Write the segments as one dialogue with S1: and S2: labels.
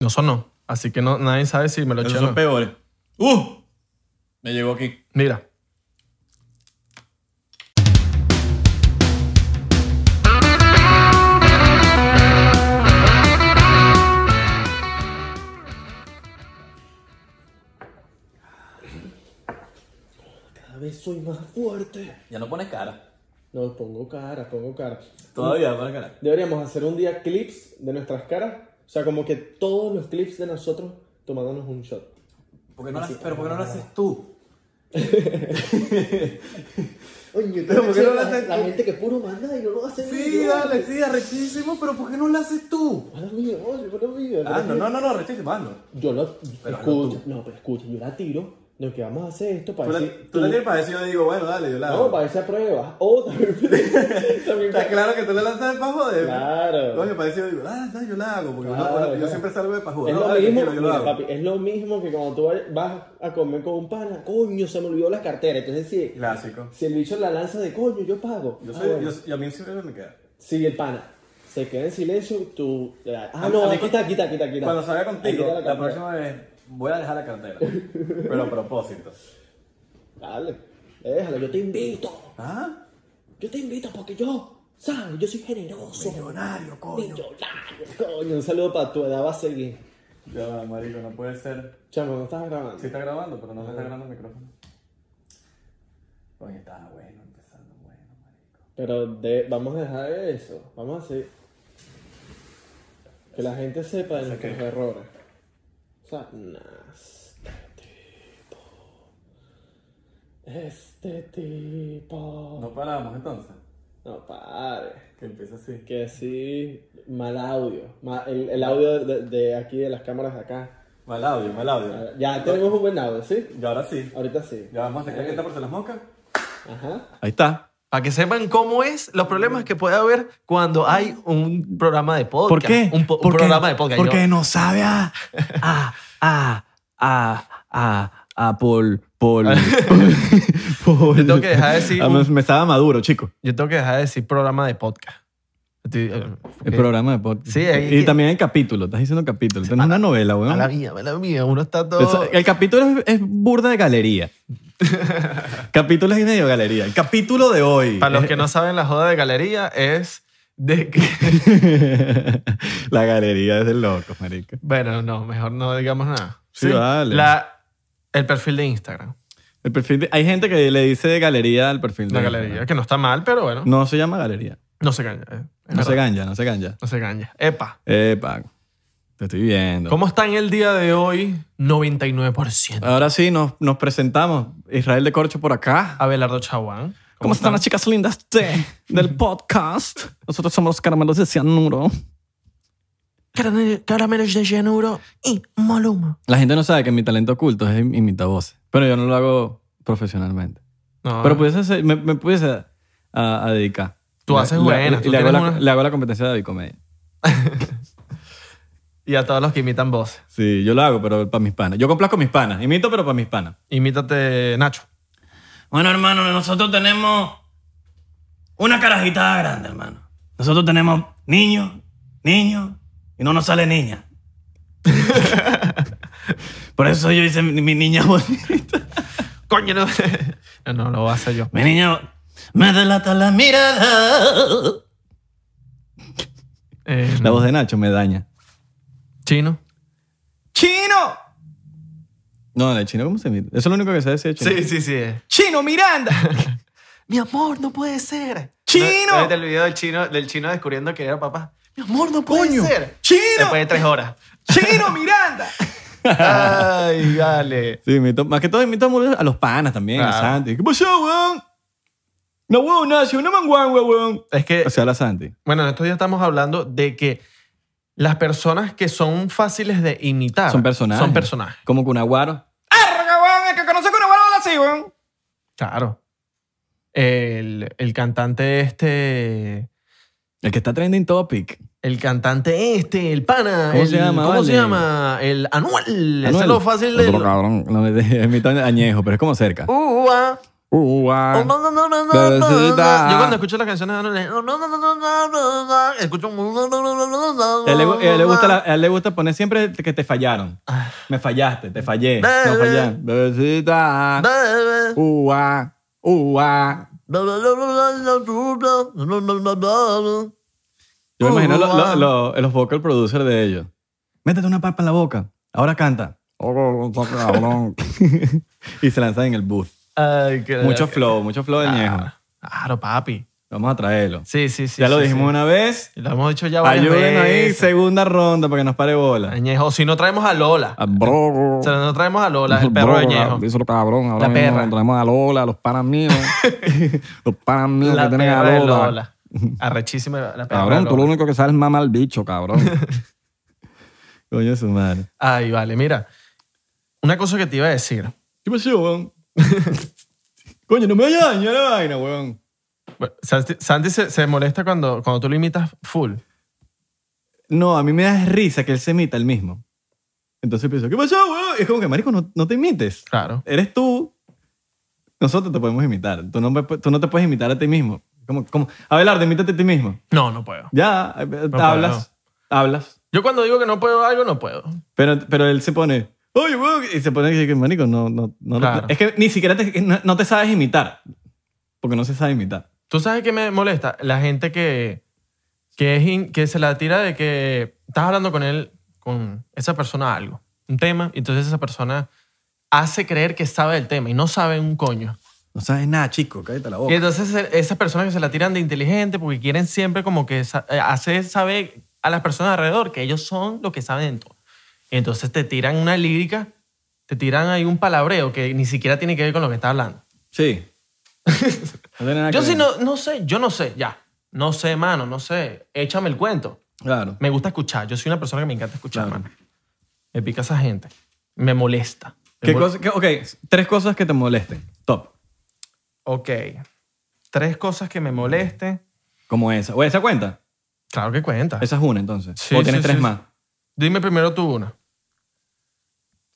S1: No sonó. Así que no, nadie sabe si me lo eché
S2: Esos
S1: o no.
S2: son peores. ¡Uh! Me llegó aquí.
S1: Mira.
S3: Cada vez soy más fuerte.
S2: Ya no pones cara.
S3: No, pongo cara, pongo cara.
S2: Todavía no pones cara.
S3: Deberíamos hacer un día clips de nuestras caras. O sea, como que todos los clips de nosotros tomándonos un shot.
S2: ¿Por qué no lo haces- pero ¿por qué no lo haces tú?
S3: Oye,
S2: Pero, ¿por qué no lo haces tú?
S3: que puro manda y no lo hace
S2: Sí, dale, sí, arrechísimo, pero ¿por qué no lo haces tú?
S3: Mala mía, oye, mala mía.
S2: Ah, no, no, no, no, arrechísimo, ah, no.
S3: Yo lo
S2: Pero hazlo
S3: escucho. No, pero escucha, yo la tiro. Lo que vamos a hacer esto
S2: Tú
S3: para
S2: la,
S3: decir.
S2: Pues tú la tienes para decir, yo digo, bueno, dale, yo la
S3: No,
S2: hago.
S3: para esa prueba. O también. también
S2: Está claro que tú la lanzas para joder.
S3: Claro.
S2: Coño, para decir, yo digo, ah, no, yo la hago, porque
S3: Claro,
S2: no, bueno, yo
S3: claro.
S2: siempre salgo de para
S3: Es
S2: joder.
S3: lo,
S2: No, dale,
S3: mismo,
S2: tranquilo, yo lo
S3: mira,
S2: hago.
S3: papi, es lo mismo que cuando tú vas- vas a comer con un pana, coño, se me olvidó la cartera. Entonces, si,
S2: Clásico.
S3: si el bicho la lanza de coño, yo pago.
S2: Yo
S3: Ah,
S2: soy,
S3: bueno.
S2: yo, y a mí siempre me queda.
S3: Sigue el pana. Se queda en silencio, tú. le das- Ah,
S2: A-
S3: no,
S2: a mí-
S3: aquí está, aquí está, aquí está. aquí está.
S2: Cuando salga
S3: Aquí
S2: contigo,
S3: está
S2: la,
S3: cartera.
S2: próxima vez voy a dejar la cartera. pero a propósito.
S3: Dale, déjalo, yo te invito.
S2: ¿Ah?
S3: Yo te invito porque yo, ¿sabes? Yo soy generoso.
S2: Millonario, coño.
S3: Millonario, coño. Un saludo para tu edad, va a seguir.
S2: Ya, va, marico, no puede ser.
S3: Chamo, no estás grabando.
S2: Sí está grabando, pero no se está grabando el micrófono. Coño, estaba bueno, empezando bueno, marico.
S3: Pero de- vamos a dejar eso. Vamos a hacer que la gente sepa de nuestros errores. O sea, nas- este tipo.
S2: No paramos entonces.
S3: No, padre.
S2: Que empieza así.
S3: Que sí, mal audio. Ma- el, el audio de, de aquí, de las cámaras de acá.
S2: Mal audio, mal audio.
S3: Ah, Ya tenemos un buen audio, ¿sí?
S2: Y ahora sí.
S3: Ahorita sí.
S2: Ya vamos a sacar que está por ser las moscas.
S3: Ajá.
S1: Ahí está. Para que sepan cómo es los problemas que puede haber cuando hay un programa de podcast.
S4: ¿Por qué?
S1: Un, po- un
S4: porque,
S1: programa de podcast.
S4: Porque
S1: Yo-
S4: no sabe a. a. a. a. a. a Paul. Paul. Paul.
S1: Yo tengo que dejar de decir
S4: Ah, me,
S1: un-
S4: me estaba maduro, chico.
S1: Yo tengo que dejar de decir programa de podcast. Estoy- eh,
S4: El
S1: porque-
S4: programa de podcast.
S1: Sí, ahí- ah,
S4: y también el capítulo. Estás diciendo capítulo. Esto no es una novela,
S1: A la
S4: weón.
S1: mía, a la mía. Uno está todo.
S4: Eso- eh, el capítulo es, es burda de galería. capítulo es medio galería. El capítulo de hoy.
S1: Para los que no saben, la joda de galería es de que.
S4: la galería es de locos, marico.
S1: Bueno, no, mejor no digamos nada.
S4: Sí, vale.
S1: La, el perfil de Instagram.
S4: El perfil de- hay gente que le dice galería al perfil de
S1: La
S4: Instagram.
S1: galería, que no está mal, pero bueno. No,
S4: No se llama galería.
S1: se gana. eh, es
S4: No se
S1: verdad.
S4: ganja, no se ganja.
S1: No se gana. Epa.
S4: Epa, te estoy viendo.
S1: ¿Cómo está en el día de hoy? 99%.
S4: Ahora sí, nos, nos presentamos. Israel de Corcho por acá.
S1: Abelardo Chaguán.
S4: Ah. ¿Cómo, están las chicas lindas de- del podcast? Nosotros somos los caramelos de cianuro.
S1: Carame- Caramelos de llanuro y Maluma.
S4: La gente no sabe que mi talento oculto es im- imitar voces. Pero yo no lo hago profesionalmente.
S1: No,
S4: Pero pues- pudiese ser- me, me pudiese a, a dedicar.
S1: Tú
S4: Le-
S1: haces
S4: le-
S1: buenas,
S4: y
S1: tú
S4: Le, hago
S1: tienes
S4: la,
S1: una-
S4: le hago la competencia de David Comedia.
S1: Y a todos los que imitan voces.
S4: Sí, yo lo hago, pero para mis panas. Yo complazco mis panas. Imito, pero para mis panas.
S1: Imítate, Nacho.
S4: Bueno, hermano, nosotros tenemos una carajita grande, hermano.
S5: Nosotros tenemos niños, niños, y no nos sale niña. Por eso yo hice mi, mi niña bonita.
S1: Coño, no. no, no, lo voy a hacer yo.
S5: Mi niña me delata la mirada.
S1: Eh,
S4: La voz de Nacho me daña.
S1: Chino.
S4: ¡Chino! No, de chino, ¿cómo se mira? Eso es lo único que se decir de chino.
S1: Sí, sí, sí.
S4: ¡Chino Miranda!
S1: Mi amor, no puede ser.
S4: ¡Chino!
S1: No, no, el video del chino, del chino descubriendo que era papá. Mi amor, no puede
S4: ¡Coño!
S1: ser.
S4: ¡Chino!
S1: Después de tres horas.
S4: ¡Chino Miranda!
S1: Ay, dale.
S4: Sí, imito- más que todo imito a los panas también, a
S1: Claro.
S4: Santi. ¿Qué pasó, weón? No, weón, Nacho, no manguan, weón.
S1: Es que,
S4: O sea, la Santi.
S1: bueno, en estos días estamos hablando de que las personas que son fáciles de imitar
S4: Son personajes.
S1: Son personajes.
S4: Como Cunaguaro.
S1: Claro. El, el cantante este.
S4: El que está trending topic.
S1: El cantante este, el pana.
S4: ¿Cómo
S1: el-
S4: se llama,
S1: ¿Cómo se
S4: vale?
S1: llama? El Anuel. Ese
S4: Anuel.
S1: es lo fácil de.
S4: Otro cabrón. No, es mitad añejo, pero es como cerca.
S1: Ua.
S4: Uh,
S1: Oh, no, no, no, no, no, no, no. Yo cuando escucho las canciones, no, no, no, no, no, no, no, no, escucho un no, no, no, no, no,
S4: A él, le, gu- a él le gusta la-
S1: no.
S4: a él le gusta poner siempre que te fallaron.
S1: Ah.
S4: Me fallaste, te fallé. No
S1: Bebé.
S4: fallaste. Bebecita.
S1: Baby.
S4: Ua, ua. Yo me imagino lo- lo- lo- los vocal producers de ellos. Métete una papa en la boca. Ahora canta. oh, y se lanzan en el booth.
S1: Ay, qué- Ah,
S4: Mucho flow, mucho flow de ñejo.
S1: Claro, papi.
S4: Vamos a traerlo.
S1: Sí, sí, sí.
S4: ya lo
S1: sí,
S4: dijimos
S1: sí.
S4: una vez.
S1: Lo hemos dicho ya varias
S4: Ayúdenos ahí,
S1: veces.
S4: segunda ronda para que nos pare bola.
S1: Añejo, si no traemos a Lola.
S4: A Brogo.
S1: O sea, no traemos a Lola, el perro de Añejo.
S4: Dice ah, lo cabrón. Ahora
S1: La
S4: mismo
S1: perra.
S4: traemos a Lola, los panas míos. los panas míos
S1: La
S4: que tienen
S1: perra
S4: a
S1: de
S4: Lola.
S1: Lola. Arrechísima la perra
S4: Cabrón,
S1: de
S4: tú lo
S1: Lola.
S4: único que sabes es mamar al bicho, cabrón. Coño de su madre.
S1: Ay, vale, mira. Una cosa que te iba a decir.
S4: ¿Qué pasó, weón? Coño, no me vayas a dañar la vaina, weón.
S1: Bueno, Santi, Santi se, se molesta cuando, cuando tú lo imitas full.
S4: No, a mí me da risa que él se imita el mismo. Entonces pienso, ¿qué pasó, weón? Y es como que, marico, no, no te imites.
S1: Claro.
S4: Eres tú. Nosotros te podemos imitar. Tú no, me pu- tú no te puedes imitar a ti mismo. Como, como, Abelardo, imítate a ti mismo.
S1: No, no puedo.
S4: Ya, eh, hablas, hablas.
S1: Yo cuando digo que no puedo algo, no puedo.
S4: Pero, pero él se pone, oye, weón, y se pone que, que, marico, no, no, no.
S1: Claro.
S4: Es que ni siquiera te, no, no te sabes imitar. Porque no se sabe imitar.
S1: ¿Tú sabes qué me molesta? La gente que, que, es in- que se la tira de que estás hablando con él, con esa persona algo, un tema, y entonces esa persona hace creer que sabe del tema y no sabe un coño.
S4: No sabes nada, chico, cállate la boca.
S1: Y entonces e- esas personas que se la tiran de inteligente porque quieren siempre como que sa- eh, hacer saber a las personas alrededor que ellos son lo que saben de todo. Y entonces te tiran una lírica, te tiran ahí un palabreo que ni siquiera tiene que ver con lo que está hablando.
S4: Sí. No tiene nada
S1: Yo
S4: que
S1: sí
S4: ver.
S1: no, no sé, yo no sé, ya. No sé, mano, no sé. Échame el cuento.
S4: Claro.
S1: Me gusta escuchar. Yo soy una persona que me encanta escuchar,
S4: Claro.
S1: mano. Me pica esa gente. Me molesta. Me
S4: ¿Qué
S1: mol-
S4: cosa, qué- ok, tres cosas que te molesten. Top.
S1: Ok. Tres cosas que me molesten.
S4: Como esa. ¿O esa cuenta?
S1: Claro que cuenta.
S4: Esa es una, entonces.
S1: Sí,
S4: o tienes
S1: sí,
S4: tres
S1: sí,
S4: más.
S1: Dime primero tú una.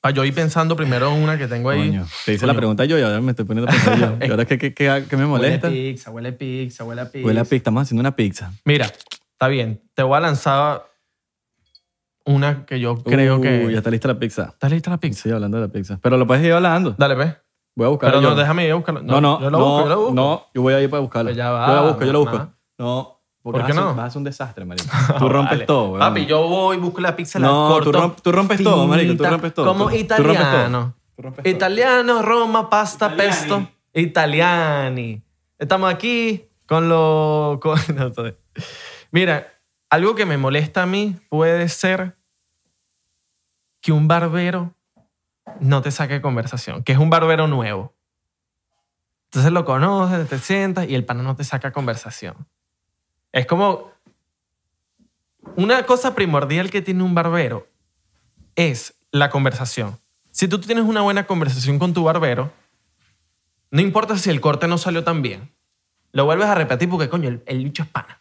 S1: Para yo ir pensando primero en una que tengo ahí.
S4: Coño. Te hice
S1: Coño.
S4: la pregunta yo y ahora me estoy poniendo a pensar yo. ¿Y ahora qué, qué, qué, qué me molesta?
S1: Huele a pizza, huele a pizza, huele a pizza.
S4: Huele a pizza. Estamos haciendo una pizza.
S1: Mira, está bien. Te voy a lanzar una que yo creo
S4: Uh,
S1: que...
S4: Ya está lista la pizza.
S1: ¿Estás lista la pizza?
S4: Sí, hablando de la pizza. Pero lo puedes ir hablando.
S1: Dale, pues.
S4: Voy a buscarla
S1: Pero no,
S4: yo.
S1: déjame ir a buscarlo.
S4: No, no,
S1: yo lo
S4: no,
S1: busco, yo lo busco.
S4: no, yo voy a ir para buscarla.
S1: Pues ya va,
S4: yo la busco, yo la
S1: no,
S4: busco.
S1: nada.
S4: No, porque
S1: ¿Por qué
S4: vas a-
S1: no?
S4: vas a hacer un desastre, marico. Tú rompes
S1: Ah, Vale.
S4: todo, weón.
S1: Papi, yo voy, busco la pizza,
S4: No,
S1: la corto.
S4: tú romp- tú rompes todo, marico, tú rompes todo.
S1: Como
S4: Tú- tú rompes todo.
S1: italiano.
S4: Tú rompes todo.
S1: Italiano, Roma, pasta,
S4: Italiani.
S1: pesto. Italiani. Estamos aquí con lo... con- no, estoy- Mira, algo que me molesta a mí puede ser que un barbero no te saque conversación, que es un barbero nuevo. Entonces lo conoces, te sientas y el pana no te saca conversación. Es como una cosa primordial que tiene un barbero es la conversación. Si tú tienes una buena conversación con tu barbero, no importa si el corte no salió tan bien, lo vuelves a repetir porque coño, el, el bicho es pana.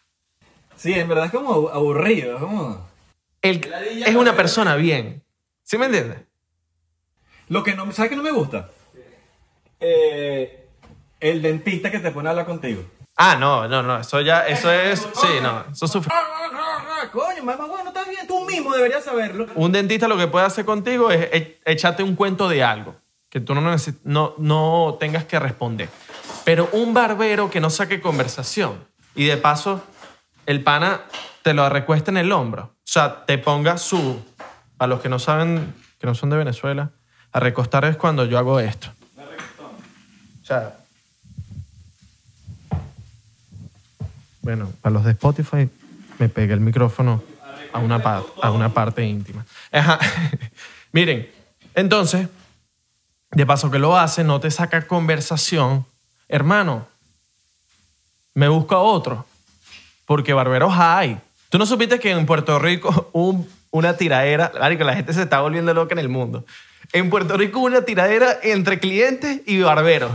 S5: Sí, en verdad es como aburrido. es como-
S1: Él es una persona bien. ¿Sí me entiendes?
S5: Lo que no, ¿sabes que no me gusta? Eh, el dentista que te pone a hablar contigo.
S1: Ah, no, no, no, eso ya, eso es, sí, no, eso
S5: Ah,
S1: sufre.
S5: Coño, mamá, bueno, estás bien, tú mismo deberías saberlo.
S1: Un dentista lo que puede hacer contigo es e- echarte un cuento de algo que tú no, neces- no, no tengas que responder. Pero un barbero que no saque conversación y de paso el pana te lo recuesta en el hombro. O sea, te ponga su... Para los que no saben, que no son de Venezuela, a recostar es cuando yo hago esto. O sea... Bueno, para los de Spotify me pegué el micrófono a una, pa- a una parte íntima. Ajá. Miren, entonces, de paso que lo hace, no te saca conversación. Hermano, me busca otro. Porque barberos hay. Tú no supiste que en Puerto Rico hubo un- una tiradera, que la gente se está volviendo loca en el mundo. En Puerto Rico hubo una tiradera entre clientes y barberos.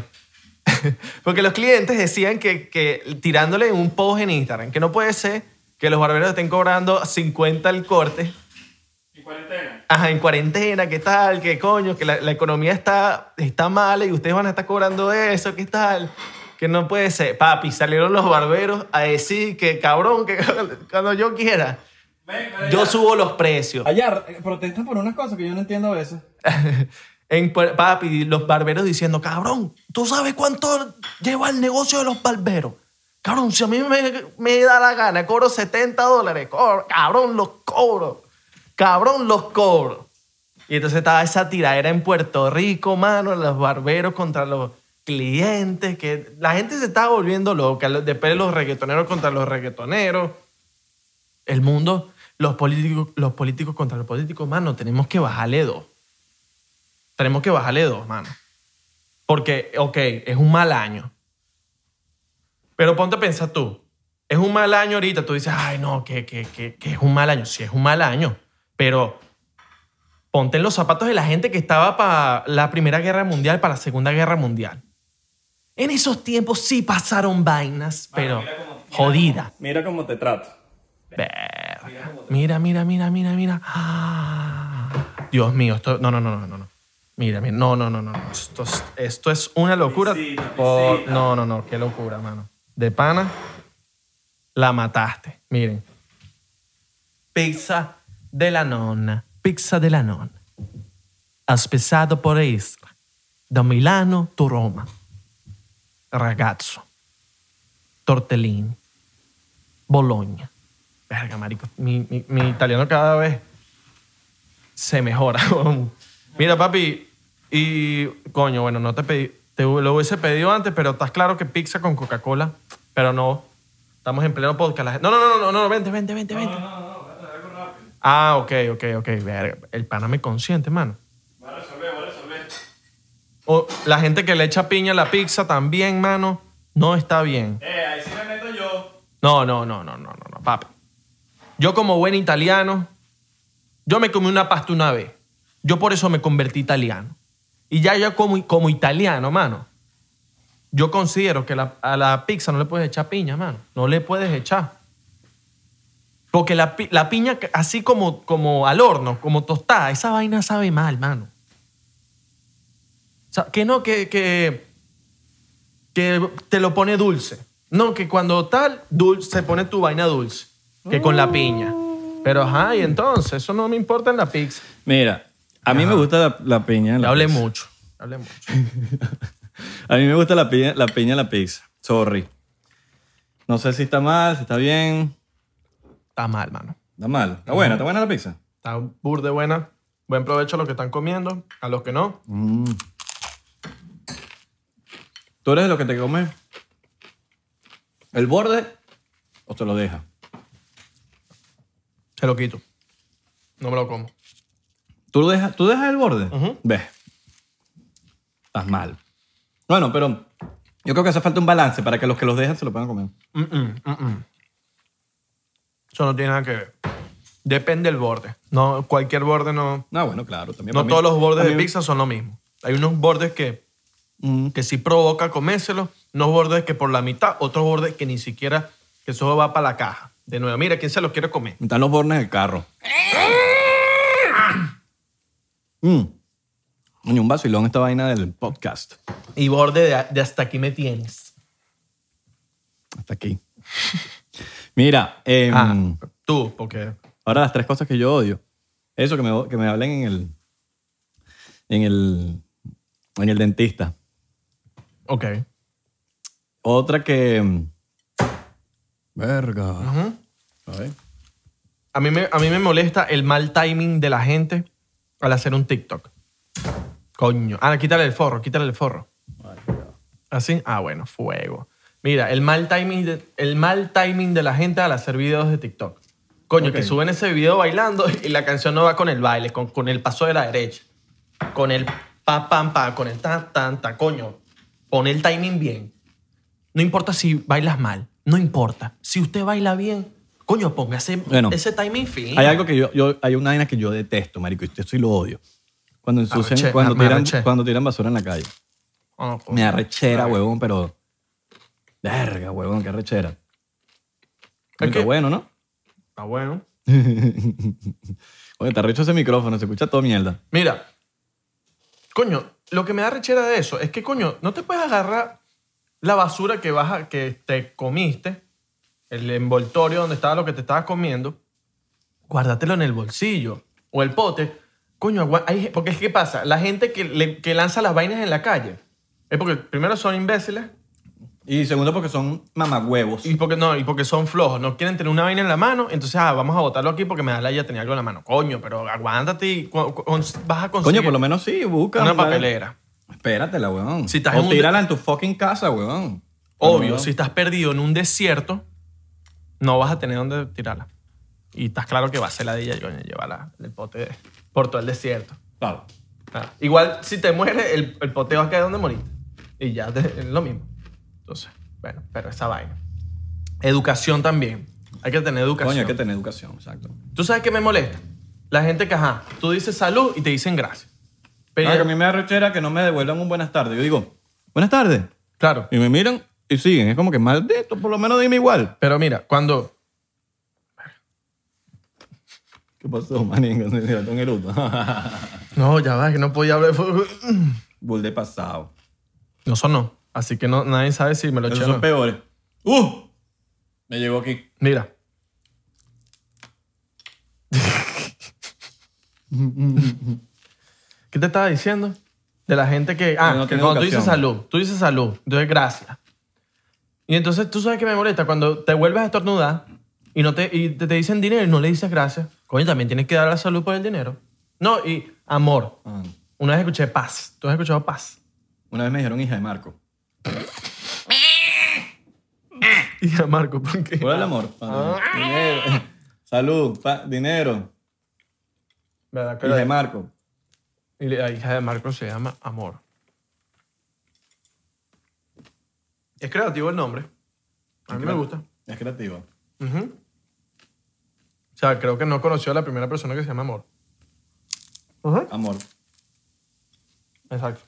S1: Porque los clientes decían que, que tirándole un post en Instagram, que no puede ser que los barberos estén cobrando 50 el corte Ajá, en cuarentena, ¿qué tal? ¿Qué coño? Que la, la economía está, está mala y ustedes van a estar cobrando eso, ¿qué tal? Que no puede ser. Papi, salieron los barberos a decir que cabrón, que cuando yo quiera, yo subo los precios.
S5: Allá eh, protestan por unas cosas que yo no entiendo a veces.
S1: En, pu- papi, los barberos diciendo, cabrón, ¿tú sabes cuánto lleva el negocio de los barberos? Cabrón, si a mí me, me da la gana, cobro 70 dólares, cobro- cabrón, los cobro. Cabrón, los cobro. Y entonces estaba esa tiradera en Puerto Rico, mano, los barberos contra los clientes, que la gente se estaba volviendo loca, lo- después los reggaetoneros contra los reggaetoneros el mundo, los políticos, los políticos contra los políticos, mano, tenemos que bajarle dos. Tenemos que bajarle dos, mano. Porque, ok, es un mal año. Pero ponte a pensar tú. Es un mal año ahorita. Tú dices, ay, no, que, que, que, que es un mal año. Sí, es un mal año. Pero ponte en los zapatos de la gente que estaba para la Primera Guerra Mundial, para la Segunda Guerra Mundial. En esos tiempos sí pasaron vainas, pero jodidas.
S2: Mira cómo te trato.
S1: Verga. Mira, mira, mira, mira, mira. Ah. Dios mío, esto. No, no, no, no, no, no. Mira, mira. No, no, no, no. no. Esto es, esto es una locura. Por- No, no, no. Qué locura, mano. De pana, la mataste. Miren. Pizza de la nonna. Pizza de la nonna. Has pesado por Isla. Da Milano tu Roma. Ragazzo. Tortellini. Boloña. Verga, marico. Mi, mi- mi italiano cada vez se mejora. weón. Mira, papi, y coño, bueno, no te pedí. Te hu- lo hubiese pedido antes, pero estás claro que pizza con Coca-Cola. Pero no. Estamos en pleno podcast. La gente- No, no, no, no, no, no, vente, vente, vente, vente. No, no, no, Ah, ok, ok, ok. Verga. El pana me consiente, mano. O la gente que le echa piña a la pizza también, mano, no está bien.
S5: ahí sí me meto yo.
S1: No, no, no, no, no, no, no, papi. Yo como buen italiano, yo me comí una pasta una vez. Yo por eso me convertí italiano. Y ya yo como, como italiano, mano. Yo considero que la- a la pizza no le puedes echar piña, mano. No le puedes echar. Porque la, pi- la piña, así como, como al horno, como tostada, esa vaina sabe mal, mano. O sea, que no, que, que, que te lo pone dulce. No, que cuando tal, dulce, se pone tu vaina dulce, que con la piña. Pero ajá, y entonces, eso no me importa en la pizza.
S4: Mira, a mí me gusta la, la piña.
S1: Le
S4: en la
S1: hablé
S4: pizza.
S1: mucho, le hablé mucho.
S4: A mí me gusta la piña, la piña en la pizza. Sorry. No sé si está mal, si está bien.
S1: Está mal, mano.
S4: Está mal. Está buena, está buena la pizza.
S1: Está burde buena. Buen provecho a los que están comiendo, a los que no.
S4: ¿Tú eres de los que te comes el borde o te lo deja?
S1: Se lo quito. No me lo como.
S4: ¿Tú, lo dejas, ¿tú dejas el borde? Ves. Estás mal. Bueno, pero yo creo que hace falta un balance para que los que los dejan se lo puedan comer.
S1: Mm-mm, mm-mm. mm, Eso no tiene nada que ver. Depende del borde. No, cualquier borde no.
S4: No, Ah, bueno, claro. También
S1: No
S4: para mí-
S1: todos los bordes
S4: a
S1: de
S4: mí-
S1: pizza son lo mismo. Hay unos bordes que,
S4: Mm.
S1: que sí provoca comérselos, unos bordes que por la mitad, otros bordes que ni siquiera, que eso va para la caja. De nuevo, mira, ¿quién se los quiere comer?
S4: Están los bornes del carro. Mm. Coño, un vacilón esta vaina del podcast.
S1: Y borde de, de hasta aquí me tienes.
S4: Hasta aquí. Mira, em,
S1: Ah, tú, porque
S4: ahora las tres cosas que yo odio. Eso que me, que me hablen en el, en el en el dentista.
S1: Ok.
S4: Otra que... em, Verga. A ver.
S1: A mí, me, a mí me molesta el mal timing de la gente al hacer un TikTok. Coño. Ah, quítale el forro, quítale el forro. ¿Así? Ah, bueno, fuego. Mira, el mal timing de, el mal timing de la gente al hacer videos de TikTok. Coño, que suben ese video bailando y la canción no va con el baile, con, con el paso de la derecha. Con el pa, pam, pa, con el tan, tan, ta. Coño, pon el timing bien. No importa si bailas mal, no importa. Si usted baila bien, coño, ponga ese,
S4: Bueno.
S1: ese timing fin.
S4: Hay algo que yo, yo- Hay una vaina que yo detesto, marico. Y esto sí lo odio. Cuando ensucian...
S1: Arreche-
S4: cuando,
S1: me
S4: tiran,
S1: arreché.
S4: cuando tiran basura en la calle.
S1: Ah, coño.
S4: Me arrechera, huevón, pero... Verga, huevón, qué arrechera.
S1: Es
S4: Qué
S1: que-
S4: bueno, ¿no?
S1: Está bueno.
S4: Oye, te arrecho ese micrófono, se escucha toda mierda.
S1: Mira, coño, lo que me da rechera de eso es que, coño, no te puedes agarrar la basura que, vas a- que te comiste, el envoltorio donde estaba lo que te estabas comiendo, guárdatelo en el bolsillo o el pote. Coño, agua- hay, porque es que pasa, la gente que, le- que lanza las vainas en la calle es porque primero son imbéciles
S4: Y segundo, porque son mamagüevos.
S1: y porque no, y porque son flojos, no quieren tener una vaina en la mano, entonces ah, vamos a botarlo aquí porque me da la ya tenía algo en la mano. Coño, pero aguántate y cu- cu- vas a conseguir
S4: Coño, por lo menos sí, busca.
S1: una
S4: vale.
S1: papelera.
S4: Espératela, weón.
S1: Si estás en
S4: o
S1: un-
S4: tírala en tu fucking casa, weón.
S1: Obvio,
S4: Bueno,
S1: si estás perdido en un desierto, no vas a tener dónde tirarla. Y estás claro que va a ser la de ella, coño, llevarla el pote de- por todo el desierto.
S4: Claro.
S1: Claro. Igual, si te mueres, el, el pote va a caer donde moriste. Y ya te- es lo mismo. Entonces, bueno, pero esa vaina. Educación también. Hay que tener educación.
S4: Coño, hay que tener educación, exacto.
S1: ¿Tú sabes qué me molesta? La gente que, ajá, tú dices salud y te dicen gracias. Pero,
S4: Claro, Ah, que a mí me da rechera que no me devuelvan un buenas tardes. Yo digo, buenas tardes.
S1: claro.
S4: Y me miran y siguen. Es como que maldito, por lo menos dime igual.
S1: Pero mira, cuando
S4: ¿Qué pasó, manín? Se levantó un eruto.
S1: No, ya va, que no podía hablar de fútbol.
S4: Bull de pasado.
S1: No sonó. Así que no, nadie sabe si me lo
S4: Esos
S1: eché o
S4: son
S1: no.
S4: peores. ¡Uh! Me llegó aquí.
S1: Mira. ¿Qué te estaba diciendo? De la gente que. Ah,
S4: No, no
S1: que
S4: tiene
S1: cuando tú
S4: educación.
S1: dices salud, tú dices salud, entonces gracias. Y entonces tú sabes que me molesta cuando te vuelves a estornudar y, no te, y te, te dicen dinero y no le dices gracias. Coño, también tienes que dar la salud por el dinero. No, y amor.
S4: Ah,
S1: Una vez escuché paz. ¿Tú has escuchado paz?
S4: Una vez me dijeron hija de Marco.
S1: Y a Marco, ¿por qué?
S4: ¿Cuál es el amor? Ah. Dinero. Salud, pa- dinero.
S1: ¿Verdad que
S4: Hija
S1: lo-
S4: de Marco.
S1: Y la hija de Marco se llama Amor. Es creativo el nombre. A mí me gusta.
S4: Es creativo.
S1: Ujú. O sea, creo que no conoció a la primera persona que se llama Amor. Ujú.
S4: Amor.
S1: Exacto.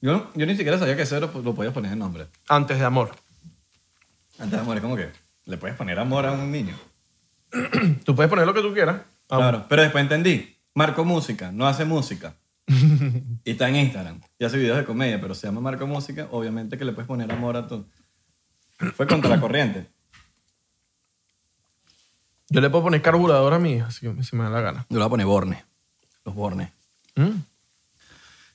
S4: Yo, yo ni siquiera sabía que cero lo podías poner en nombre.
S1: Antes de Amor.
S4: Antes de amor, es como que le puedes poner amor a un niño.
S1: Tú puedes poner lo que tú quieras. Ah, Amor.
S4: Claro, pero después entendí. Marco Música, no hace música. y está en Instagram. Y hace videos de comedia, pero se llama Marco Música. Obviamente que le puedes poner amor a tu... Fue contra la corriente.
S1: Yo le puedo poner carburador a mi hija, si, si me da la gana.
S4: Yo le voy a poner Borne. Los Borne.
S1: Mm.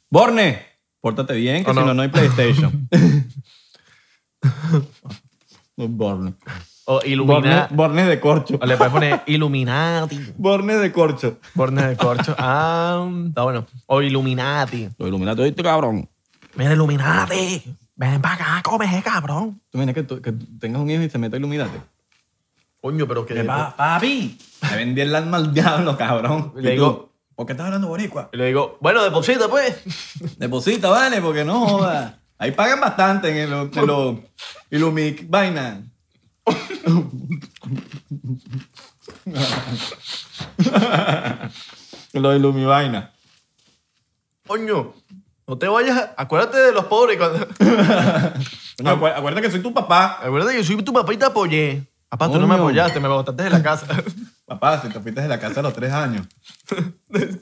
S4: ¡Borne! Pórtate bien, que
S1: ¿O
S4: si
S1: Oh, no?
S4: no, no hay PlayStation. Los Borne.
S1: O
S4: Borne,
S1: iluminar.
S4: Borne de corcho.
S1: O le puedes poner Illuminati.
S4: Borne de corcho.
S1: Bornes de corcho. Ah, está bueno. O Illuminati.
S4: Lo iluminaste, ¿oíste, cabrón?
S1: Mira, Illuminati. Ven para acá, come, eh, cabrón.
S4: Tú miras que, tú- que tengas un hijo y se meta iluminate.
S1: Coño, pero que.
S4: papi. Me vendí el alma al diablo, cabrón.
S1: Le
S4: Y tú,
S1: digo-
S4: ¿por qué estás hablando boricua?
S1: Y le digo, bueno, deposita, pues.
S4: Deposita, vale, porque no joda. Ahí pagan bastante en los en lo, Ilumic vaina. los Ilumi vaina.
S1: Coño, no te vayas. Acuérdate de los pobres. Cuando...
S4: No, acu- acuérdate que soy tu papá.
S1: Acuérdate que yo soy tu papá y te apoyé. Papá, tú no
S4: Coño.
S1: me apoyaste, me botaste de la casa.
S4: Papá, si te fuiste de la casa a los tres años.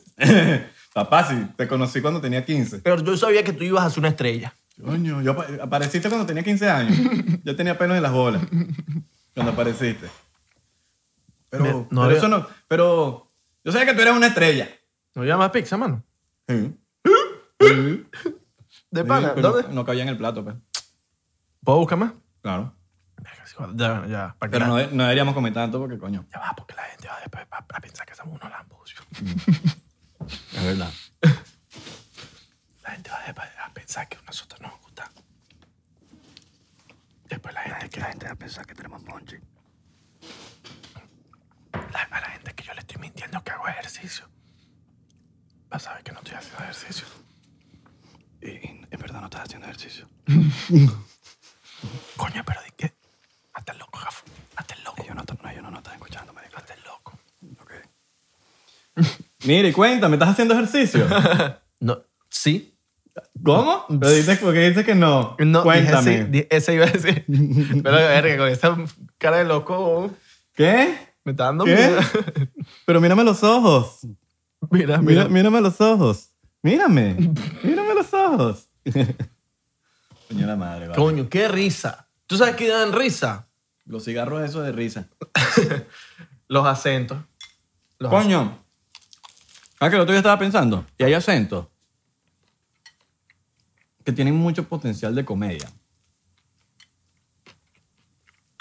S4: papá, si te conocí cuando tenía 15.
S1: Pero yo sabía que tú ibas a ser una estrella.
S4: Coño, yo apa- apareciste cuando tenía 15 años. Yo tenía pelos en las bolas cuando apareciste. Pero,
S1: Me- no
S4: pero
S1: había-
S4: eso no. Pero yo sabía que tú eras una estrella.
S1: No llamas pizza, mano.
S4: Sí.
S1: De pana,
S4: pero
S1: ¿dónde?
S4: No cabía en el plato, pues.
S1: ¿Puedo buscar más?
S4: Claro.
S1: Ya, ya. Para que
S4: Pero
S1: la...
S4: no, de- no deberíamos comer tanto porque, coño.
S1: Ya va, porque la gente va después a, a pensar que somos unos lambucios.
S4: Es verdad.
S1: La gente va después a pensar que a nosotros nos gusta. Después la gente, que, la gente va a pensar que tenemos ponche. a la gente que yo le estoy mintiendo que hago ejercicio. Va a saber que no estoy haciendo ejercicio. Y, y en verdad no estás haciendo ejercicio. Coño, pero di que. Hasta el loco, Jafo. Hasta el loco. Yo no, no, yo no, no estás escuchando, marico. Hasta el loco.
S4: Mire, cuéntame, ¿estás haciendo ejercicio?
S1: No, sí,
S4: ¿Cómo? Pero dices, ¿Por qué dices que no?
S1: No, Dije,
S4: cuéntame.
S1: sí, di- ese iba a decir. Pero verga, con esa cara de loco. uh,
S4: ¿Qué?
S1: Me está dando
S4: ¿Qué?
S1: miedo.
S4: Pero mírame los ojos.
S1: Mira,
S4: Ah, Mira,
S1: mira.
S4: mírame los ojos. Mírame. Mírame los ojos. Señora madre, vale.
S1: Coño, qué risa. ¿Tú sabes qué dan risa?
S4: Los cigarros esos de risa.
S1: Los acentos. Los
S4: Coño. Ah, que el otro día estaba pensando. Y hay acentos que tienen mucho potencial de comedia.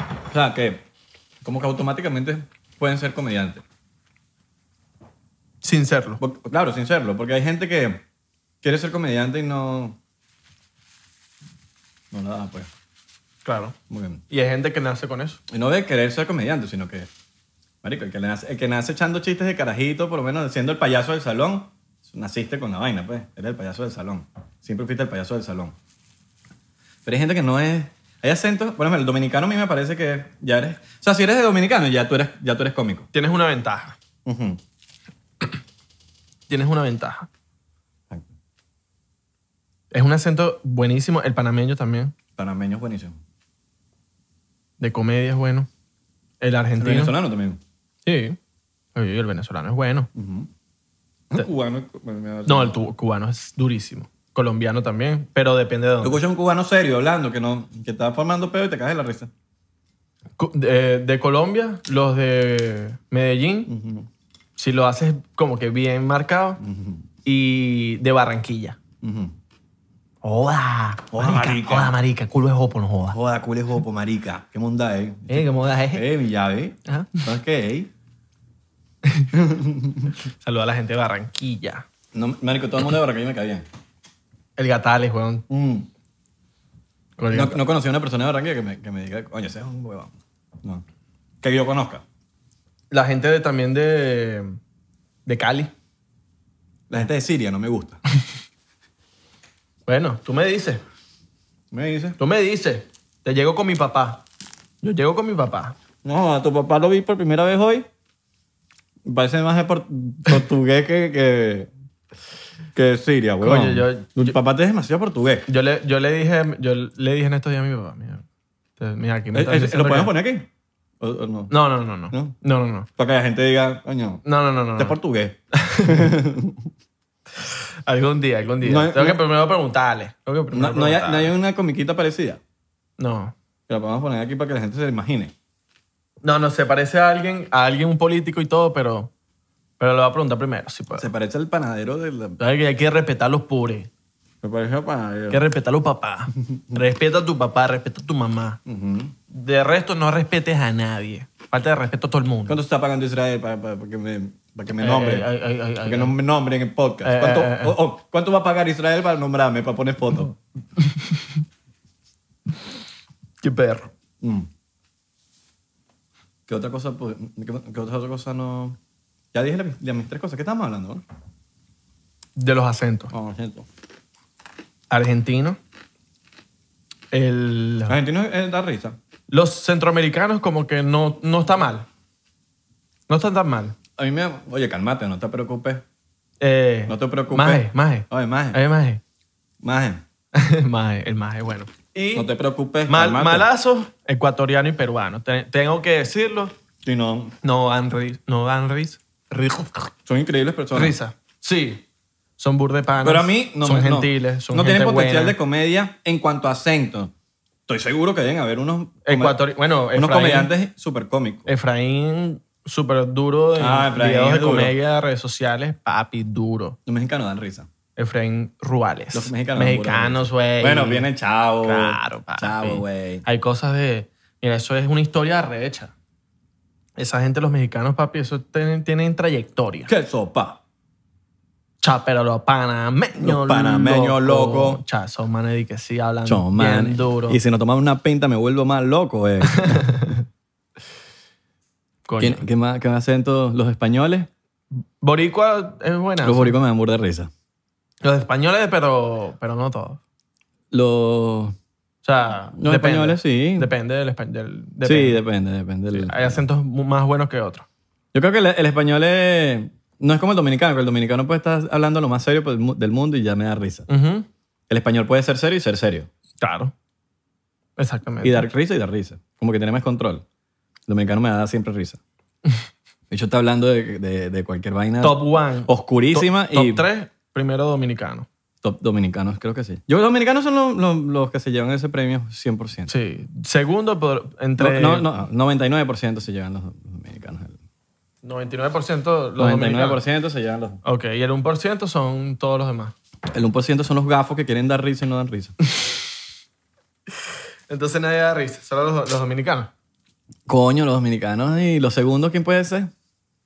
S4: O sea, que como que automáticamente pueden ser comediantes.
S1: acentos. Sin serlo.
S4: Por- Claro, sin serlo, porque hay gente que quiere ser comediante y no. No la da, pues.
S1: Claro.
S4: Muy bien.
S1: Y hay gente que nace con eso.
S4: Y no de querer ser comediante, sino que. Marico, el que, nace, el que nace echando chistes de carajito, por lo menos siendo el payaso del salón, naciste con la vaina, pues. Eres el payaso del salón. Siempre fuiste el payaso del salón. Pero hay gente que no es. Hay acentos. Por ejemplo, el dominicano a mí me parece que ya eres. O sea, si eres de dominicano, ya tú eres, ya tú eres cómico.
S1: Tienes una ventaja.
S4: Ujú.
S1: Tienes una ventaja.
S4: Exacto.
S1: Es un acento buenísimo. El panameño también.
S4: Panameño es buenísimo.
S1: De comedia es bueno. El
S4: El
S1: argentino.
S4: venezolano también.
S1: Sí. Oye, el venezolano es bueno.
S4: Un cubano. bueno, me da-
S1: No, el tu- cubano es durísimo. Colombiano también, pero depende de
S4: Tú
S1: dónde.
S4: escuchas a un cubano serio hablando que, no, que está formando pedo y te caes de la risa.
S1: Cu- De, de Colombia, los de Medellín, si lo haces como que bien marcado, y de Barranquilla.
S4: Ujú.
S1: Joda,
S4: Joda, marica.
S1: marica, culo es hopo, no joda.
S4: Joda, culo es jopo, marica. ¿Qué monda, eh?
S1: Eh, ¿cómo das eh?
S4: Eh, mi llave.
S1: Ajá.
S4: ¿Sabes qué, eh?
S1: Saluda a la gente de Barranquilla.
S4: No, marico, todo el mundo de Barranquilla me cae bien.
S1: El Gatales, weón.
S4: Mm.
S1: Con el
S4: No,
S1: Gatales.
S4: no conocí a una persona de Barranquilla que me, que me diga, oye, ese es un huevón. No. Que yo conozca.
S1: La gente de- también de, de Cali.
S4: La gente de Siria no me gusta.
S1: Bueno, tú me dices.
S4: Me dice,
S1: Tú me dices. Te llego con mi papá. Yo llego con mi papá.
S4: no, a tu papá lo vi por primera vez hoy. Parece más de por- portugués que, que, que de Siria, huevón.
S1: Coño, yo-
S4: tu
S1: yo-
S4: papá te es demasiado portugués.
S1: Yo le, yo le dije, yo le dije en estos días a mi papá, mira, entonces, mira, aquí me
S4: Eh,
S1: están
S4: eh, ¿Lo
S1: diciendo
S4: podemos
S1: que-
S4: poner aquí? ¿O, o no?
S1: No, no, no, no. No,
S4: ¿No?
S1: no, no.
S4: Para que la gente diga, coño,
S1: No, no, no, no,
S4: este es
S1: no.
S4: portugués.
S1: Algún día, algún día.
S4: No hay-
S1: Tengo que
S4: no-
S1: primero preguntarle. Tengo que
S4: No,
S1: primero
S4: no hay, no
S1: preguntarle.
S4: hay una comiquita parecida.
S1: No.
S4: Que la podemos poner aquí para que la gente se la imagine.
S1: No, no, se parece a alguien, a alguien, un político y todo, pero, pero lo voy a preguntar primero, si puedo.
S4: Se parece al panadero de la...
S1: Sabes que hay que respetar a los pobres,
S4: Se parece al
S1: hay
S4: panadero.
S1: que respetar a los papás. respeta a tu papá, respeta a tu mamá.
S4: Ujú.
S1: De resto, no respetes a nadie. Falta de respeto a todo el mundo.
S4: ¿Cuánto se está pagando Israel para, para- para que, me, para que me
S1: Eh,
S4: nombre?
S1: eh, ay, ay, ay,
S4: para
S1: ay,
S4: que no
S1: ay.
S4: me nombren en el podcast.
S1: Eh,
S4: ¿Cuánto,
S1: eh, eh.
S4: oh, oh, ¿Cuánto va a pagar Israel para nombrarme, para poner fotos?
S1: Qué perro.
S4: Mm. ¿Qué otra cosa? pues, qué- qué otra cosa no...? Ya dije la- de mis tres cosas. ¿Qué estábamos hablando? no?
S1: De los acentos.
S4: Ah, cierto.
S1: Argentino. El...
S4: Argentino eh, da risa.
S1: Los centroamericanos como que no, no está mal. No están tan mal.
S4: A mí me... Oye, cálmate, no te preocupes.
S1: Eh,
S4: No te preocupes.
S1: Maje, maje.
S4: Oye, maje.
S1: Eh, maje.
S4: Maje.
S1: maje, el maje, bueno. Y
S4: No te preocupes.
S1: mal,
S4: cálmate.
S1: malazos, ecuatoriano y peruano. Te- tengo que decirlo.
S4: Sí, no.
S1: No dan, ri- no dan ris, ri-
S4: Son increíbles personas.
S1: risa. Sí. Son burdepanos.
S4: Pero a mí no
S1: son
S4: me- no.
S1: gentiles. Son
S4: no
S1: gente
S4: tienen potencial
S1: buena.
S4: de comedia en cuanto a acento. Estoy seguro que deben haber unos, come-
S1: Ecuatori- bueno,
S4: unos
S1: Efraín-
S4: comediantes súper cómicos.
S1: Efraín, súper duro en
S4: Ah, Efraín
S1: videos de
S4: es duro.
S1: comedia de redes sociales. Papi, duro.
S4: Los mexicanos dan risa.
S1: Efraín Ruales.
S4: Los mexicanos. dan pura
S1: Mexicanos,
S4: risa.
S1: güey.
S4: Bueno, viene Chavo.
S1: Claro, papi.
S4: Chavo, güey.
S1: Hay cosas de... Mira, eso es una historia rehecha. Esa gente, los mexicanos, papi, eso tienen, tienen trayectoria.
S4: ¿Qué sopa?
S1: Cha, pero los panameños
S4: Los panameños locos.
S1: Cha, son manes de que sí hablan
S4: Chon,
S1: bien
S4: man.
S1: duro.
S4: Y si no tomamos una pinta me vuelvo más loco, eh.
S1: Coño.
S4: ¿Quién- ¿Qué, más, ¿Qué más acento? ¿Los españoles?
S1: Boricua es buena.
S4: Los boricuas me dan burda de risa.
S1: Los españoles, pero, pero no todos.
S4: Los...
S1: O sea,
S4: Los
S1: depende.
S4: españoles, sí.
S1: Depende del español.
S4: Sí, depende, depende. del-
S1: Hay acentos mu- más buenos que otros.
S4: Yo creo que el, el español es- no es como el dominicano, que el dominicano puede estar hablando lo más serio pues, mu- del mundo y ya me da risa.
S1: Ujú.
S4: El español puede ser serio y ser serio.
S1: Claro. Exactamente.
S4: Y dar risa y dar risa. Como que tiene más control. El dominicano me da siempre risa. hecho, está hablando de, de- de cualquier vaina.
S1: Top one.
S4: Oscurísima
S1: top,
S4: y.
S1: Top 3, primero dominicano.
S4: Top dominicanos, creo que sí. Yo, los dominicanos son los, los- los que se llevan ese premio 100%.
S1: Sí. Segundo, por- entre
S4: No, no, no, 99% se llevan los dominicanos. El
S1: 99% los
S4: 99%
S1: dominicanos.
S4: se llevan los...
S1: Ok, y el 1% son todos los demás.
S4: El 1% son los gafos que quieren dar risa y no dan risa.
S1: Entonces nadie da risa, solo los, los dominicanos.
S4: Coño, los dominicanos. ¿Y los segundos quién puede ser?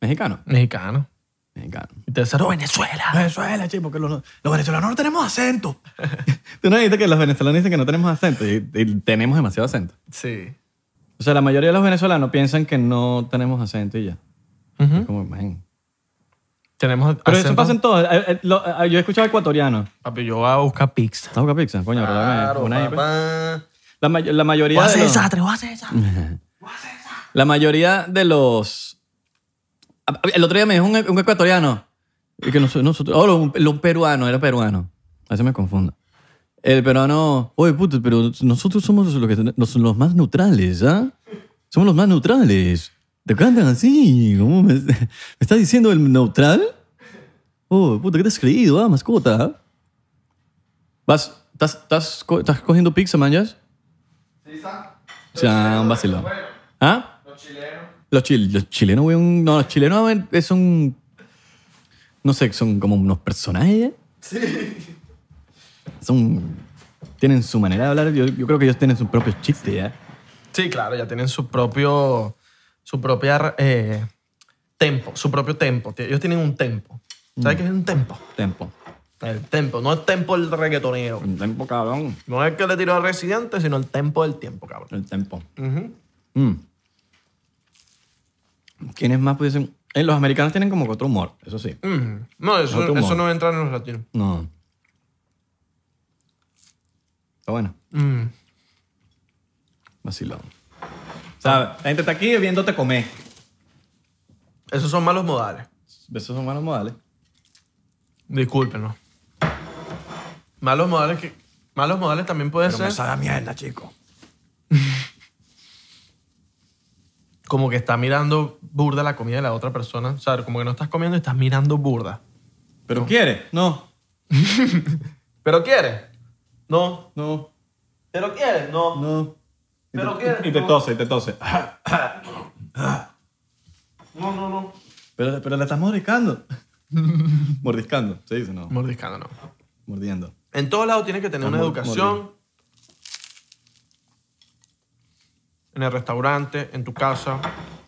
S4: Mexicano.
S1: Mexicanos.
S4: Mexicano.
S1: Y tercero, Venezuela.
S4: Venezuela, che, porque los, los venezolanos no tenemos acento. Tú no dijiste que los venezolanos dicen que no tenemos acento y, y tenemos demasiado acento.
S1: Sí.
S4: O sea, la mayoría de los venezolanos piensan que no tenemos acento y ya.
S1: Ujú.
S4: Es como, man.
S1: Tenemos
S4: Pero eso
S1: acento.
S4: pasa en todo. Eh, eh, lo- eh, yo he escuchado ecuatoriano.
S1: Papi, yo voy a buscar pizza.
S4: ¿Estás buscando pizza? Coño, regálame una ahí, pues.
S1: papá.
S4: La, may- la mayoría de los, Mm. La mayoría de los... El otro día me dijo un, un ecuatoriano. Y que nosotros... nosotros oh, un, un peruano, era peruano. A veces me confundo. El peruano... Oye, puto, pero nosotros somos los, que ten- los, los más neutrales, ¿ah? Somos los más neutrales. Te cantan así. ¿Cómo me, me estás diciendo el neutral? Oh, puto, ¿qué te has creído, ah, mascota? Vas... ¿Estás, estás, co- estás cogiendo pizza, manjas? O sea, un vacilón. ¿Ah? Los chilenos. Los, chilenos, güey, un- no, los chilenos güey, es un... No sé, son como unos personajes. Sí. Son... Tienen su manera de hablar. Yo, yo creo que ellos tienen sus propios chistes, ¿eh?
S1: Sí, claro, ya tienen su propio. Su propia. eh, tempo, su propio tempo. Ellos tienen un tempo. ¿Sabes qué es un tempo?
S4: Tempo.
S1: El tempo, no el tempo del reggaetonero.
S4: El tempo, cabrón.
S1: No es que le tiró al residente, sino el tempo del tiempo, cabrón.
S4: El tempo.
S1: Ujú.
S4: Mm. ¿Quiénes más pudiesen...? Eh, los americanos tienen como que otro humor, eso sí.
S1: Ujú. Mm. No, eso
S4: Otro humor.
S1: eso no entra en los latinos.
S4: No. Está bueno.
S1: Mm.
S4: Vacilón. O sea, la gente está aquí viéndote comer.
S1: Esos son malos modales.
S4: Esos son malos modales.
S1: Discúlpenos. Malos modales que. Malos modales también puede ser.
S4: sabe a mierda, chico.
S1: como que está mirando burda la comida de la otra persona. O sea, como que no estás comiendo y estás mirando burda.
S4: ¿Pero quiere? No.
S1: ¿Pero quieres? No.
S4: No.
S1: ¿Pero quieres? No.
S4: No.
S1: ¿Pero
S4: y te,
S1: quiere?
S4: Y te
S1: No.
S4: tose, y te tose.
S1: No, no, no.
S4: Pero, pero la estás mordiscando. mordiscando, se dice, no.
S1: Mordiscando, no.
S4: Mordiendo.
S1: En todos lados tienes que tener
S4: Ah,
S1: una
S4: mor-
S1: educación. En el restaurante, en tu casa,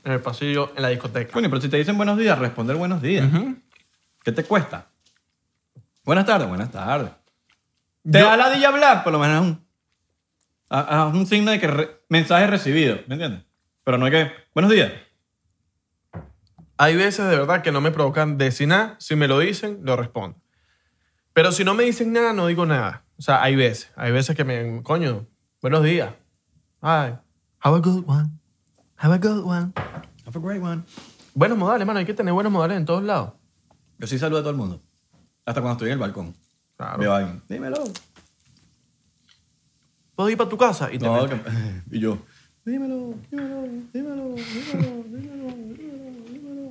S1: en el pasillo, en la discoteca.
S4: Coño, pero si te dicen buenos días, responder buenos días. ¿Qué te cuesta? Buenas tardes, buenas tardes. ¿Te
S1: Yo-
S4: da la dilla hablar? Por lo menos un, a- a un signo de que re- mensaje recibido, ¿me entiendes? Pero no hay que... Buenos días.
S1: Hay veces de verdad que no me provocan decir nada. Si me lo dicen, lo respondo. Pero si no me dicen nada, no digo nada. O sea, hay veces. Hay veces que me... Coño, buenos días. Ay, have a good one. Have a good one.
S4: Have a great one.
S1: Buenos modales, mano. Hay que tener buenos modales en todos lados.
S4: Yo sí saludo a todo el mundo. Hasta cuando estoy en el balcón.
S1: Claro.
S4: Veo a alguien. Dímelo.
S1: ¿Puedo ir para tu casa? Y te
S4: No,
S1: metes.
S4: que- y yo. Dímelo, dímelo, dímelo, dímelo, dímelo, dímelo, dímelo.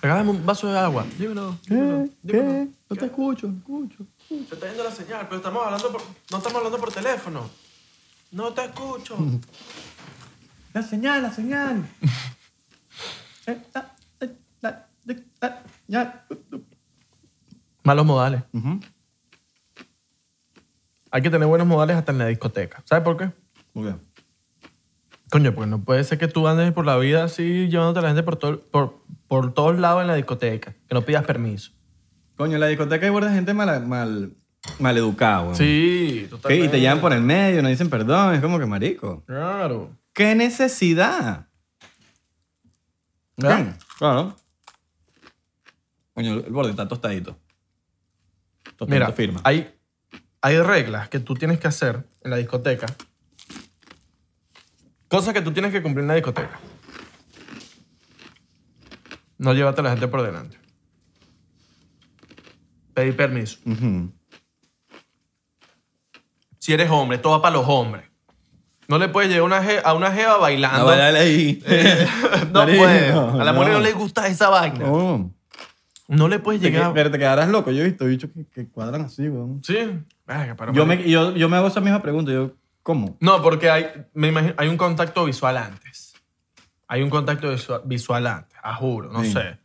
S1: Regálame un vaso de agua. Dímelo. dímelo,
S4: ¿Qué?
S1: dímelo.
S4: ¿Qué? No te escucho, no escucho.
S1: Se está yendo la señal, pero estamos hablando por... No estamos hablando por teléfono. No te escucho.
S4: La señal, la señal. Eh, la, eh, la, eh, la, ya.
S1: Malos modales.
S4: Ujú.
S1: Hay que tener buenos modales hasta en la discoteca. ¿Sabes por qué?
S4: Muy bien.
S1: Coño, pues no puede ser que tú andes por la vida así llevándote a la gente por, todo- por, por todos lados en la discoteca, que no pidas permiso.
S4: Coño, en la discoteca hay burda de gente mal, mal, maleducada, weón.
S1: Sí,
S4: Que- Y te llevan por el medio, no dicen perdón, es como que marico.
S1: Claro.
S4: ¿Qué necesidad?
S1: ¿Verdad?
S4: Bien, Claro. Coño, el borde está tostadito. Tostadito
S1: Mira,
S4: firma.
S1: Hay, hay reglas que tú tienes que hacer en la discoteca. Cosas que tú tienes que cumplir en la discoteca. No llevarte a la gente por delante. Pedir permiso.
S4: Ujú.
S1: Si eres hombre, todo va para los hombres. No le puedes llegar una je- a una jeva bailando.
S4: No,
S1: No,
S4: vale, dale ahí.
S1: Eh, puede. A la mujer no,
S4: no.
S1: le gusta esa vaina. No,
S4: No.
S1: le puedes
S4: Te que-
S1: llegar.
S4: Pero te quedarás loco. Yo he visto bichos que, que cuadran así, weón.
S1: Sí. Verga, pero
S4: Yo
S1: marico.
S4: me, yo, yo me hago esa misma pregunta. Yo, ¿cómo?
S1: No, porque hay, me imagino, hay un contacto visual antes. Hay un contacto visu- visual antes, a juro, no
S4: Sí.
S1: sé.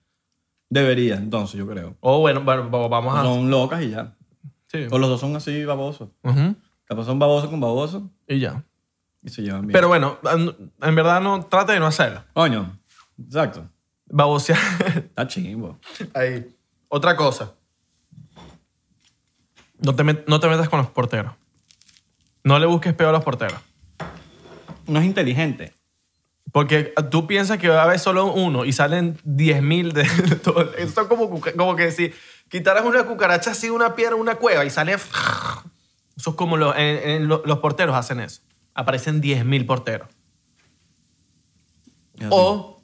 S4: Debería, entonces, yo creo.
S1: O bueno, va- va- vamos a...
S4: Son locas y ya.
S1: Ah. sí.
S4: O los dos son así babosos.
S1: Ujú,
S4: Capaz son babosos con babosos
S1: Y ya.
S4: y se llevan bien.
S1: Pero bueno, en en verdad no, trata de no hacerlo.
S4: Coño, exacto.
S1: Babosear.
S4: Está chimbo.
S1: Ahí. Otra cosa. No te, met- no te metas con los porteros. No le busques peor a los porteros.
S4: No es inteligente.
S1: Porque tú piensas que va a haber solo uno y salen 10.000 de todo. Eso es como, cuca- como que si quitaras una cucaracha así, de una piedra, una cueva y sale... Eso es como lo- en- en lo- los porteros hacen eso. Aparecen 10.000 porteros.
S4: Es así.
S1: O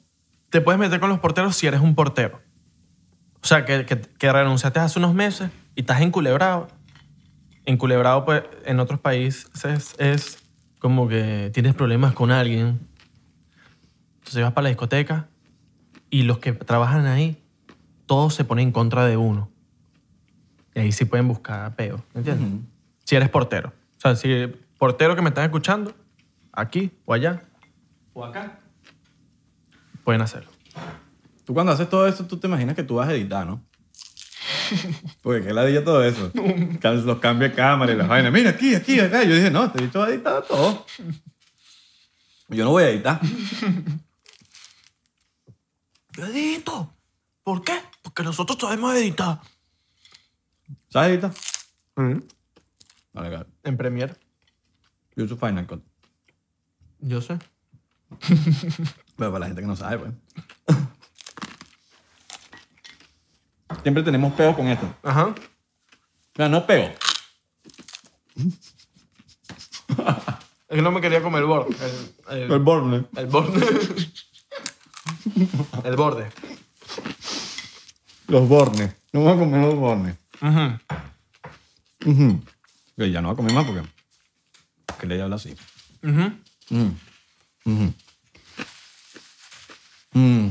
S1: te puedes meter con los porteros si eres un portero. O sea, que, que, que renunciaste hace unos meses y estás enculebrado. Enculebrado, pues, en otros países es, es como que tienes problemas con alguien. Entonces vas para la discoteca y los que trabajan ahí, todos se ponen en contra de uno. Y ahí sí pueden buscar peo, ¿me entiendes? Si eres portero. O sea, si portero que me están escuchando, aquí o allá, o acá, pueden hacerlo.
S4: Tú cuando haces todo eso, tú te imaginas que tú vas a editar, ¿no? Porque qué ladilla todo eso. Cam- Los cambios de cámara y las vainas. Mira, aquí, aquí, acá. Yo dije, no, este bicho va a editar todo. Yo no voy a editar.
S1: Yo edito. ¿Por qué? Porque nosotros sabemos editar.
S4: ¿Sabes editar? Mm. Vale, claro.
S1: En Premiere.
S4: Yo uso Final Cut.
S1: Yo sé.
S4: Pero para la gente que no sabe, pues. Siempre tenemos peo con esto.
S1: Ajá.
S4: No, no peo.
S1: Yo no me quería comer el borde. El, el-
S4: El borne.
S1: el borde. el borde.
S4: Los bornes. No vamos a comer los bornes.
S1: Ujú.
S4: Ujú. Que ya no va a comer más porque. Que le habla así.
S1: Ujú.
S4: Mm. Ujú. Mm.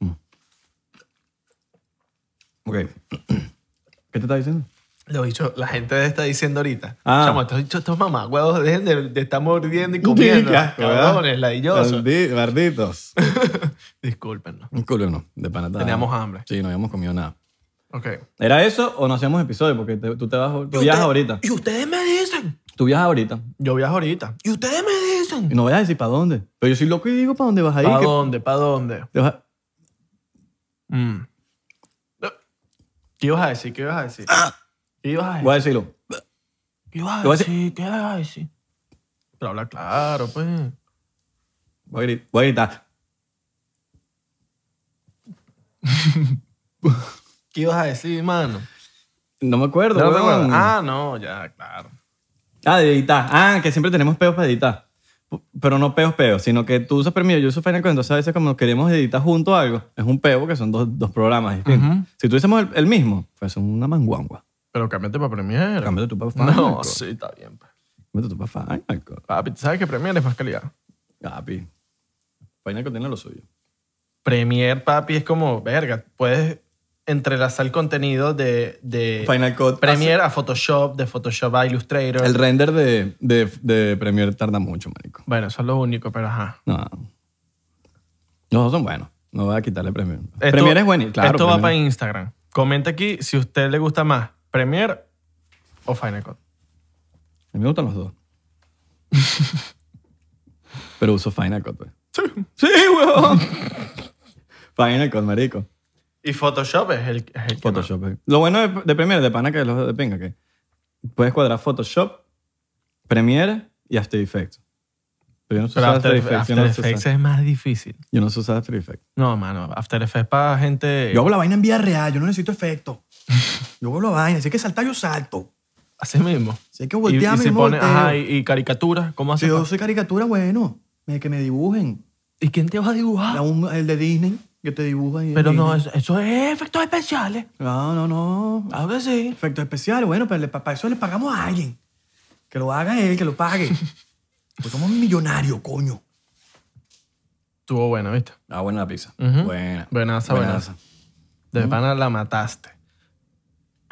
S4: Mm. Ok. ¿Qué te está diciendo?
S1: Lo dicho, la gente está diciendo ahorita.
S4: Ah.
S1: Chamo, estos dicho estos mamagüevos dejen de, de estar mordiendo y comiendo.
S4: Qué asco, ¿verdad?
S1: Cabrones, ladillosos.
S4: Bardi- Barditos.
S1: Discúlpenos.
S4: Disculpenos, de pana. estaba-
S1: Teníamos hambre.
S4: Sí, no habíamos comido nada.
S1: Ok.
S4: ¿Era eso o no hacíamos episodio? Porque te- tú te vas, tú viajas ahorita.
S1: Y ustedes me dicen.
S4: Tú viajas ahorita.
S1: Yo viajo ahorita. Y ustedes me
S4: Y
S1: dicen.
S4: no vayas a decir para dónde. Pero yo soy loco y digo para dónde vas a ir.
S1: ¿Para
S4: que-
S1: dónde? ¿Para dónde?
S4: te vas a-
S1: Mm. No. ¿Qué ibas a decir? ¿Qué ibas a decir?
S4: Ah.
S1: ¿Qué ibas a decir?
S4: Voy a decirlo.
S1: ¿Qué ibas
S4: Te
S1: a
S4: voy a decir-
S1: decir? ¿Qué ibas a decir? Pero habla claro, pues.
S4: Voy a gritar. Voy a gritar.
S1: ¿Qué ibas a decir, mano?
S4: No me acuerdo.
S1: No te
S4: weón.
S1: acuerdas. Ah, no, ya, claro.
S4: Ah, de editar. Ah, que siempre tenemos peos para editar. P- Pero no peos, peos, sino que tú usas Premiere, yo uso Final Cut, entonces a veces como queremos editar juntos algo, es un peo que son dos, dos programas distintos.
S1: Ujú.
S4: Si tuviésemos el, el mismo, pues es una manguangua.
S1: Pero cámbiate para Premiere.
S4: Cámbiate tú para Final
S1: No,
S4: Cut.
S1: sí, está bien. pues.
S4: Cámbiate tú para Final Cut.
S1: Papi, ¿tú sabes que Premiere es más calidad?
S4: Papi. Final Cut tiene lo suyo.
S1: Premiere, papi, es como, verga, puedes entrelazar el contenido de, de
S4: Final Cut.
S1: Premiere a Photoshop, de Photoshop a Illustrator.
S4: hace- El render de, de, de Premiere tarda mucho, marico.
S1: Bueno, eso es lo único, pero ajá.
S4: No. Los dos son buenos. No voy a quitarle Premiere.
S1: Esto-
S4: Premiere es bueno, claro.
S1: Esto va
S4: Premiere.
S1: para Instagram. Comenta aquí si a usted le gusta más Premiere o Final Cut.
S4: A mí me gustan los dos. Pero uso Final Cut, pues. Sí. Sí, huevón. Final Cut, marico.
S1: Y Photoshop es el, es el que
S4: Photoshop. eh. Lo bueno de, de Premiere, de pana que los de pinga, que puedes cuadrar Photoshop, Premiere y After Effects. Pero yo no
S1: más.
S4: sé
S1: Pero
S4: usar
S1: After,
S4: After, Effects. yo,
S1: After
S4: no sé
S1: Effects
S4: usar-
S1: es más difícil.
S4: yo no sé usar After Effects.
S1: No, mano. After Effects para gente...
S4: Yo hago la vaina en vía real, yo no necesito efecto. Yo hago la vaina, si hay que saltar, yo salto.
S1: Así mismo.
S4: Si hay que
S1: Y,
S4: voltear,
S1: y
S4: me
S1: si pone,
S4: volteo.
S1: ajá, y, y caricaturas, ¿cómo
S4: Si
S1: hace?
S4: yo
S1: pa-
S4: soy caricatura, bueno, me- que me dibujen.
S1: ¿Y quién te va a dibujar?
S4: La un- el de Disney, que te dibuja ahí. en
S1: Ah. Pero no,
S4: Disney.
S1: eso, eso es efectos especiales.
S4: No, no, no.
S1: Claro que sí.
S4: Efectos especiales, bueno, pero para eso le pagamos a alguien. Que lo haga él, que lo pague.
S6: Pues somos millonarios, coño.
S1: Estuvo bueno, ¿viste?
S4: Ah, buena la pizza.
S1: Ujú.
S4: Buena.
S1: Buenaza, buenaza. De pana la mataste.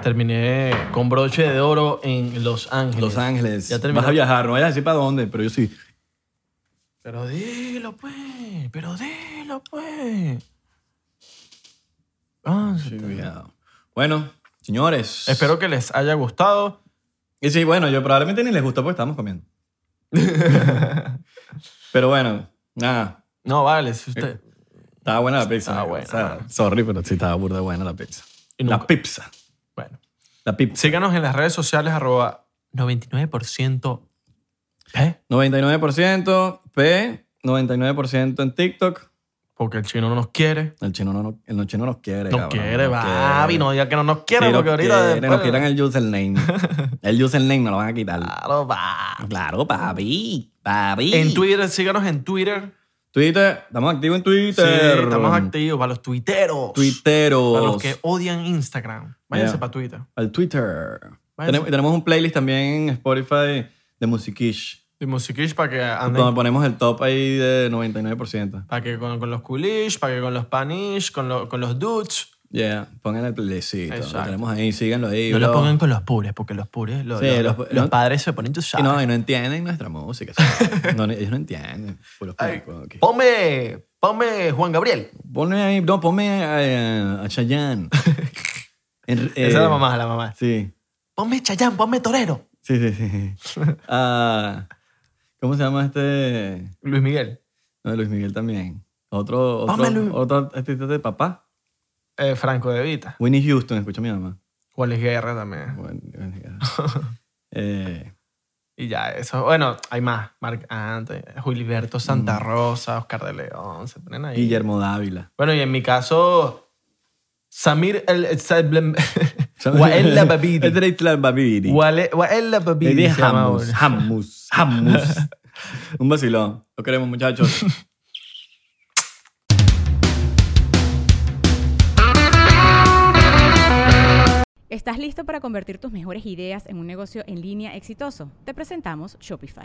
S1: Terminé con broche de oro en Los Ángeles.
S4: Los Ángeles.
S1: Ya terminó.
S4: Vas a viajar, no vayas a decir para dónde, pero yo sí.
S1: Pero dilo, pues. Pero dilo, pues. Ah, sí.
S4: Cuidado. Bueno, señores.
S1: Espero que les haya gustado.
S4: Y sí, bueno, yo probablemente ni les gustó porque estábamos comiendo. pero bueno, nada.
S1: No, vale, si usted.
S4: Eh, Estaba buena la pizza.
S1: Estaba
S4: marico.
S1: buena.
S4: O sea, sorry, pero sí estaba burda buena la pizza.
S1: Y
S4: La
S1: nunca-
S4: pizza.
S1: Bueno.
S4: La pizza.
S1: Síganos en las redes sociales, arroba 99%. ¿Eh?
S4: 99% P, 99% en TikTok.
S1: Porque el chino no nos quiere.
S4: El chino no, no- el chino nos quiere.
S1: Nos
S4: cabrón,
S1: quiere,
S4: nos
S1: Babi.
S4: quiere.
S1: No diga que no nos quiere,
S4: Sí, nos
S1: porque ahorita.
S4: quiere,
S1: después-
S4: Nos quitan el username. el username nos lo van a quitar.
S1: Claro, va.
S4: Claro, papi. Papi.
S1: En Twitter, síganos en Twitter.
S4: Twitter. Estamos activos en
S1: Sí,
S4: Twitter.
S1: estamos activos para los tuiteros.
S4: Twitteros.
S1: Para los que odian Instagram. Váyanse
S4: Yeah.
S1: para Twitter.
S4: Al Twitter.
S1: Vaya.
S4: Tenemos, tenemos un playlist también en Spotify de musiquish.
S1: De Musiquish para que
S4: Donde
S1: anden.
S4: ponemos el top ahí de 99%.
S1: Para que con, con los coolish, para que con los panish, con, lo- con los dudes.
S4: Yeah, pongan el playlistcito.
S1: Exacto.
S4: Lo tenemos ahí, síganlo ahí.
S1: No lo
S4: bro.
S1: pongan con los pures, porque los pures, los,
S4: Sí,
S1: los,
S4: los-
S1: los
S4: no-
S1: padres se ponen tus
S4: Y no, y no entienden nuestra música. ¿sabes? No, ellos no entienden. Puros puercos aquí.
S1: Ponme, ponme Juan Gabriel.
S4: Ponme ahí, no, ponme a, a Chayanne. En- eh,
S1: Esa es la mamá, la mamá.
S4: Sí,
S1: Ponme Chayán, ponme Torero.
S4: sí, sí. sí. Ah, ¿Cómo se llama este?
S1: Luis Miguel.
S4: No, Luis Miguel también. Otro,
S1: Ponme Luis-
S4: otro, otro artista de papá.
S1: Eh, Franco de Vita.
S4: Winnie Houston, escucha a mi mamá.
S1: Wallace Guerra también.
S4: Bueno, bueno, eh,
S1: Y ya, eso. Bueno, hay más. Marc Anthony, Julberto
S4: Mm.
S1: Santa Rosa, Oscar de León, se ponen ahí.
S4: Guillermo Dávila.
S1: Bueno, y en mi caso, Samir el... el- el-
S4: ¿Sabes?
S1: Wael la
S4: Este
S1: Babidi.
S4: era Isla Babidi.
S1: Wael Wael la
S4: Le
S1: Babidi.
S4: dije
S1: se llama
S4: Hammus,
S1: ahora.
S4: Hammus, Hammus. Un vacilón. Lo queremos, muchachos.
S7: ¿Estás listo para convertir tus mejores ideas en un negocio en línea exitoso? Te presentamos Shopify.